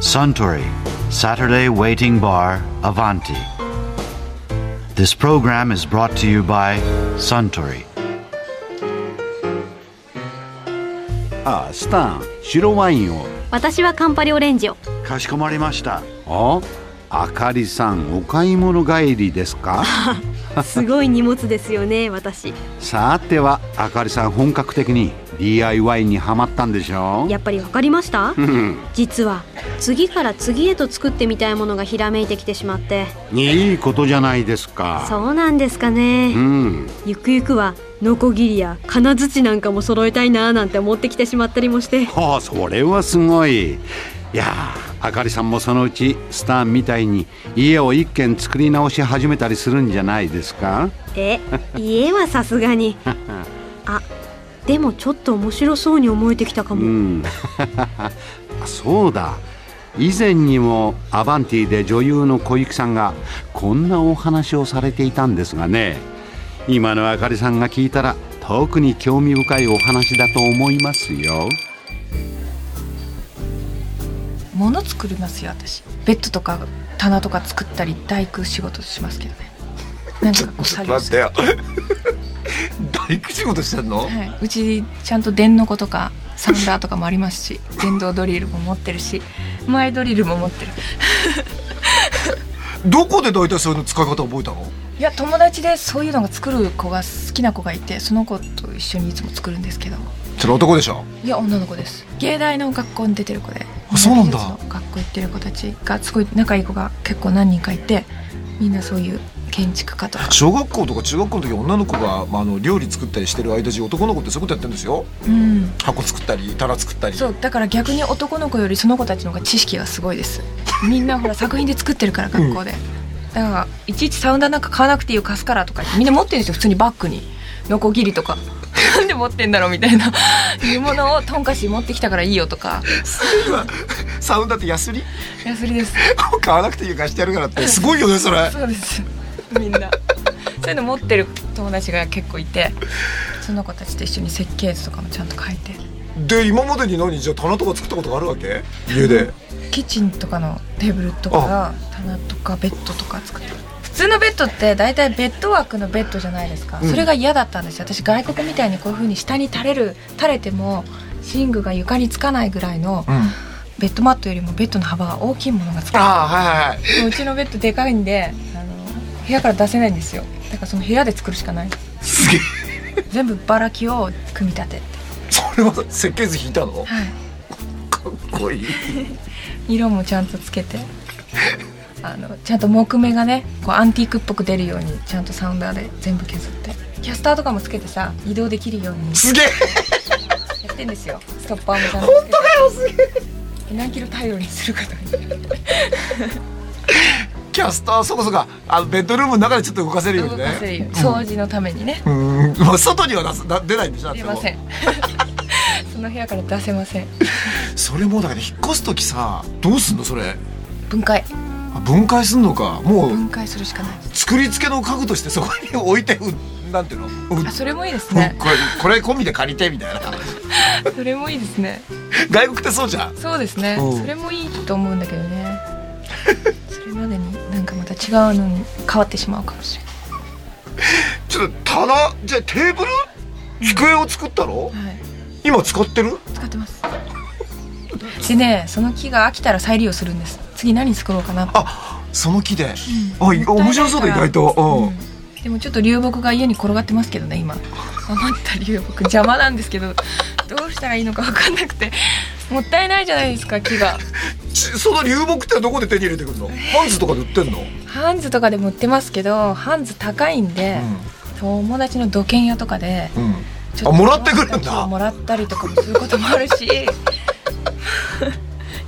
Suntory Saturday Waiting Bar Avanti. This program is brought to you by Suntory. ああスタン白ワインを私はカンパリオレンジをかしこまりました。ああかりさんお買い物帰りですかすごい荷物ですよね私さてはあかりさん本格的に DIY にはまったんでしょやっぱりわかりました実は次から次へと作ってみたいものがひらめいてきてしまっていいことじゃないですかそうなんですかうねんゆくゆくはノコギリや金槌なんかも揃えたいなーなんて思ってきてしまったりもしてはあそれはすごいいやああかりさんもそのうちスタンみたいに家を一軒作り直し始めたりするんじゃないですかえ家はさすが にあでもちょっと面白そうに思えてきたかも、あそうだ以前にもアバンティで女優の小雪さんがこんなお話をされていたんですがね今のあかりさんが聞いたら特に興味深いお話だと思いますよ物作りますよ私ベッドとか棚とか作ったり大工仕事しますけどねなんかこうちょ作っと業待っすてるよ 大工仕事してんの、はいうちちゃんと電の子とかサンダーとかもありますし電動ドリルも持ってるし前ドリルも持ってるどこで大体そういうの使い方覚えたのいや友達でそういうのが作る子が好きな子がいてその子と一緒にいつも作るんですけどそれ男でしょいや女の子です芸大の学校に出てる子であそうなん美だ術の学校行ってる子たちがすごい仲いい子が結構何人かいてみんなそういう建築家とか小学校とか中学校の時女の子が、まあ、あの料理作ったりしてる間中男の子ってそういうことやってるんですようん箱作ったり棚作ったりそうだから逆に男の子よりその子たちの方が知識がすごいですみんなほら作品で作ってるから学校で、だからいちいちサウンダーなんか買わなくていいよ貸すからとか言ってみんな持ってるんですよ普通にバッグにノコギリとか なんで持ってんだろうみたいないうものをトンカチ持ってきたからいいよとか今サウンダーってヤスリやそれです 買わなくていいからしてやるか らってすごいよねそれそうですみんなそういうの持ってる友達が結構いてその子たちと一緒に設計図とかもちゃんと書いてで今までに何じゃあ棚とか作ったことがあるわけ家でキッチンとかのテーブルとかが棚とかベッドとか作ってる普通のベッドって大体ベッド枠のベッドじゃないですか、それが嫌だったんですよ私外国みたいにこういう風に下に垂れる垂れても寝具が床につかないぐらいのうんベッドマットよりもベッドの幅が大きいものが作れああはいはいはいるうちのベッドでかいんであの部屋から出せないんですよだからその部屋で作るしか ないすげえ全部バラキを組み立ててそれは設計図引いたのはいかっこいい色もちゃんとつけて あのちゃんと木目がねこうアンティークっぽく出るようにちゃんとサウンダーで全部削ってキャスターとかもつけてさ移動できるようにすげえやってんですよストッパーもちゃんと本当だよ すげえ何キロ太陽にするかとかねキャスターそこそこあのベッドルームの中でちょっと動かせるよ動うにかせるようねに掃除のためにねうーん、まあ、外には出すな出ないんでしょだって出もうません その部屋から出せませんそれもうだから引っ越す時さどうすんのそれ分解あ分解すんのかもう分解するしかない作り付けの家具としてそこに置いてうなんていうのうあそれもいいですうねこれこれ込みで借りてみたいなそれもいいですね外国ってそうじゃんそうですね、うんそれもいいと思うんだけどね それまでになんかまた違うのに変わってしまうかもしれちょっと棚じゃあテーブル机を作ったのない、はい、今使ってる使ってますでねその木が飽きたら再利用するんです次何作ろうかなあその木で、あい面白そうだ意外と、うんうんでもちょっと流木が家に転がってますけどね今余った流木邪魔なんですけどどうしたらいいのか分かんなくてもったいないじゃないですか木がちその流木ってどこで手に入れてくるのハンズとかで売ってんの、ハンズとかでも売ってますけどハンズ高いんで、友達の土建屋とかでうんうんちょあもらってくるんだ友達からもらったりとかもすることもあるし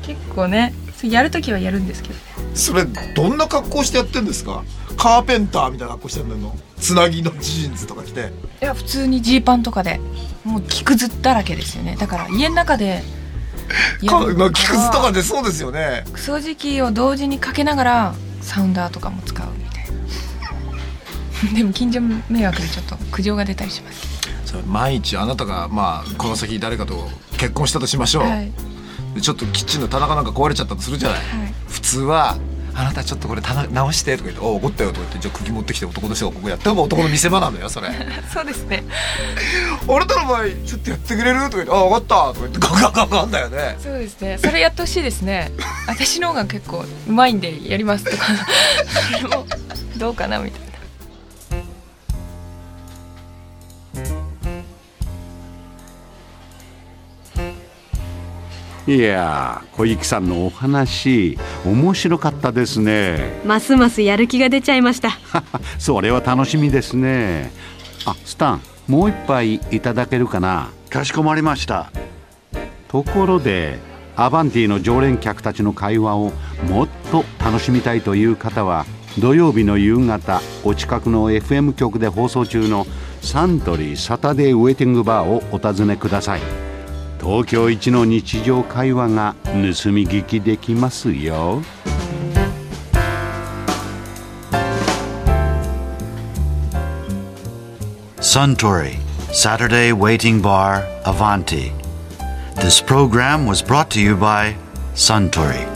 結構ねそうやるときはやるんですけどそれどんな格好してやってんですかカーペンターみたいな格好してんのつなぎのジーンズとか着ていや普通にジーパンとかでもう木くずだらけですよねだから家の中でやかるまあ木くずとかでそうですよね掃除機を同時にかけながらサウンダーとかも使うみたいな でも近所迷惑でちょっと苦情が出たりしますそれ毎日あなたがまあこの先誰かと結婚したとしましょう、はいでちょっとキッチンの棚がなんか壊れちゃったとするじゃない、はい普通は「あなたちょっとこれ棚直して」とか言って「お怒ったよ」とか言って「じゃあ釘持ってきて男の人がここやったら男の見せ場なのよそれ そうですね俺との場合ちょっとやってくれる?」とか言って「あ分かった」とか言ってガンガンガンガンだよねそうですねそれやってほしいですね私の方が結構うまいんでやりますとかそれもどうか なみたいないやー小雪さんのお話面白かったですねますますやる気が出ちゃいました それは楽しみですねあスタンもう一杯いただけるかなかしこまりましたところでアバンティの常連客たちの会話をもっと楽しみたいという方は土曜日の夕方お近くの FM 局で放送中のサントリーサタデーウェイティングバーをお尋ねください東京一の日常会話が盗み聞きできますよ Suntory Saturday Waiting Bar Avanti. This program was brought to you by Suntory.